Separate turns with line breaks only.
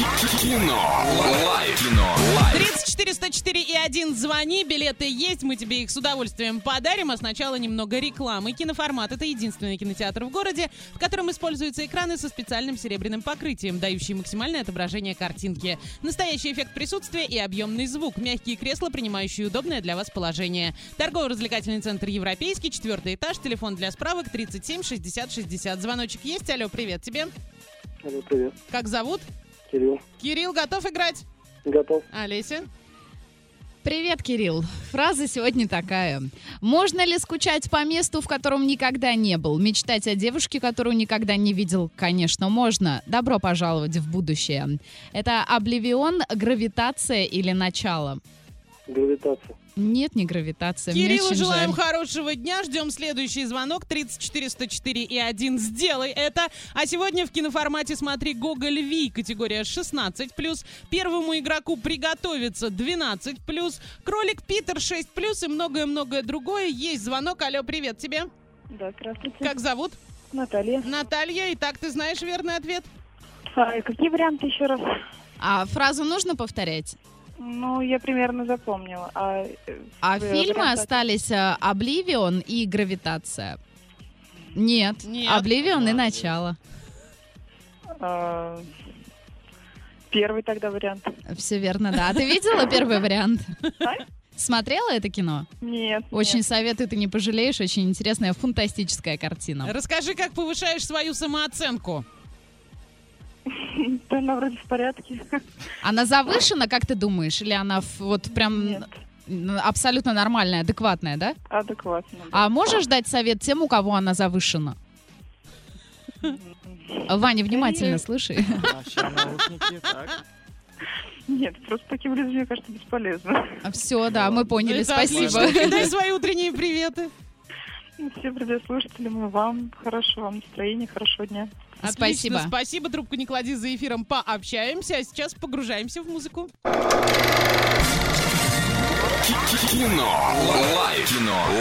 Кино. Лайф. Кино. Лайф.
3404 и 1 звони, билеты есть, мы тебе их с удовольствием подарим, а сначала немного рекламы. Киноформат — это единственный кинотеатр в городе, в котором используются экраны со специальным серебряным покрытием, дающие максимальное отображение картинки. Настоящий эффект присутствия и объемный звук, мягкие кресла, принимающие удобное для вас положение. Торгово-развлекательный центр «Европейский», четвертый этаж, телефон для справок 37 60 60. Звоночек есть? Алло, привет тебе.
Алло, привет.
Как зовут?
Кирилл.
Кирилл, готов играть?
Готов.
Олеся?
Привет, Кирилл. Фраза сегодня такая. Можно ли скучать по месту, в котором никогда не был? Мечтать о девушке, которую никогда не видел? Конечно, можно. Добро пожаловать в будущее. Это обливион, гравитация или начало?
Гравитация.
Нет, не гравитация. Мне
Кириллу
очень
желаем
жаль.
хорошего дня. Ждем следующий звонок 3404 и 1. Сделай это. А сегодня в киноформате «Смотри Гоголь Ви» категория 16+. Первому игроку приготовится 12+. Кролик Питер 6+. И многое-многое другое. Есть звонок. Алло, привет тебе.
Да, здравствуйте.
Как зовут?
Наталья.
Наталья. Итак, ты знаешь верный ответ?
А, и какие варианты еще раз?
А фразу нужно повторять?
Ну, я примерно запомнила. А, э,
А
э,
фильмы
варианты-
остались э, «Обливион» и «Гравитация». Нет,
Нет.
«Обливион» и «Начало».
а, Первый тогда вариант.
Все верно, да. А ты видела первый вариант? Смотрела это кино?
Нет.
Очень
нет.
советую, ты не пожалеешь. Очень интересная, фантастическая картина.
Расскажи, как повышаешь свою самооценку.
Да, она вроде в порядке.
Она завышена, как ты думаешь? Или она ф- вот прям
Нет,
н- абсолютно нормальная, адекватная, да?
адекватно.
А можешь дать совет тем, у кого она завышена? Ваня, внимательно слушай.
Вообще наушники, так.
Нет, просто таким людям, мне кажется, бесполезно.
Все, да, мы поняли,
Это
спасибо.
отлично. Кидай свои утренние приветы.
Все радиослушателям и вам хорошего вам настроения, хорошего дня.
Спасибо.
Отлично, спасибо. Трубку не клади за эфиром. Пообщаемся, а сейчас погружаемся в музыку.
Кино. Лайф. Кино.